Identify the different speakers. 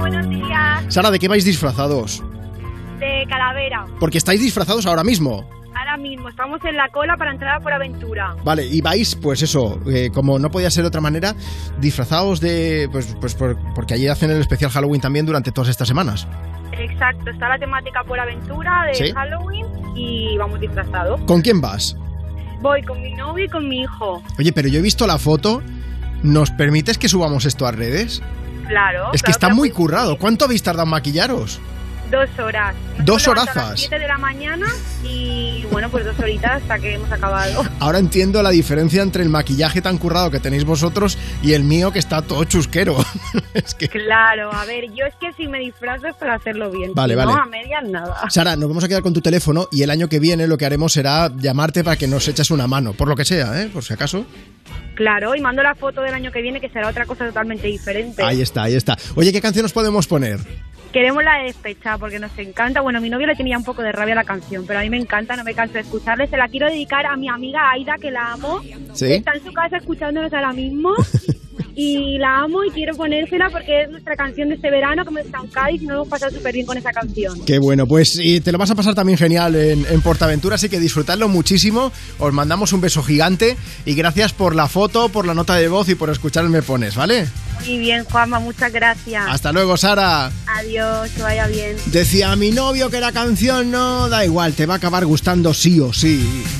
Speaker 1: buenos días.
Speaker 2: Sara, ¿de qué vais disfrazados?
Speaker 1: De Calavera.
Speaker 2: Porque estáis disfrazados ahora mismo.
Speaker 1: Ahora mismo estamos en la cola para entrar a por aventura.
Speaker 2: Vale, y vais, pues eso, eh, como no podía ser de otra manera, disfrazados de. Pues, pues por- porque allí hacen el especial Halloween también durante todas estas semanas.
Speaker 1: Exacto, está la temática por aventura de
Speaker 2: Sí.
Speaker 1: Halloween y vamos disfrazados.
Speaker 2: ¿Con quién vas?
Speaker 1: Voy con mi novio y con mi hijo.
Speaker 2: Oye, pero yo he visto la foto. ¿Nos permites que subamos esto a redes?
Speaker 1: Claro.
Speaker 2: es que
Speaker 1: claro,
Speaker 2: está muy currado. ¿Cuánto habéis tardado en maquillaros?
Speaker 1: Dos horas. Nos hemos levantado
Speaker 2: Dos
Speaker 1: A
Speaker 2: horazas.
Speaker 1: las 7 de la mañana y bueno, pues dos horitas hasta que hemos acabado.
Speaker 2: Ahora entiendo la diferencia entre el maquillaje tan currado que tenéis vosotros y el mío que está todo chusquero. es que...
Speaker 1: Claro, a ver, yo es que si me disfrazo es para hacerlo bien.
Speaker 2: Vale,
Speaker 1: si
Speaker 2: vale.
Speaker 1: No, a medias nada.
Speaker 2: Sara, nos vamos a quedar con tu teléfono y el año que viene lo que haremos será llamarte para que nos echas una mano, por lo que sea, ¿eh? por si acaso.
Speaker 1: Claro, y mando la foto del año que viene que será otra cosa totalmente diferente.
Speaker 2: Ahí está, ahí está. Oye, ¿qué canción nos podemos poner?
Speaker 1: Queremos la de despechada porque nos encanta. Bueno, a mi novio le tenía un poco de rabia la canción, pero a mí me encanta, no me canso de escucharle. Se la quiero dedicar a mi amiga Aida, que la amo.
Speaker 2: ¿Sí?
Speaker 1: Está en su casa escuchándonos ahora mismo. y la amo y quiero ponérsela porque es nuestra canción de este verano que hemos estado en Cádiz y nos hemos pasado súper bien con esa canción.
Speaker 2: Qué bueno, pues y te lo vas a pasar también genial en, en Portaventura, así que disfrutadlo muchísimo. Os mandamos un beso gigante y gracias por la foto, por la nota de voz y por escuchar el Me Pones, ¿vale?
Speaker 1: Muy bien, Juanma, muchas gracias.
Speaker 2: Hasta luego, Sara.
Speaker 1: Adiós, que vaya bien.
Speaker 2: Decía a mi novio que la canción no da igual, te va a acabar gustando sí o sí.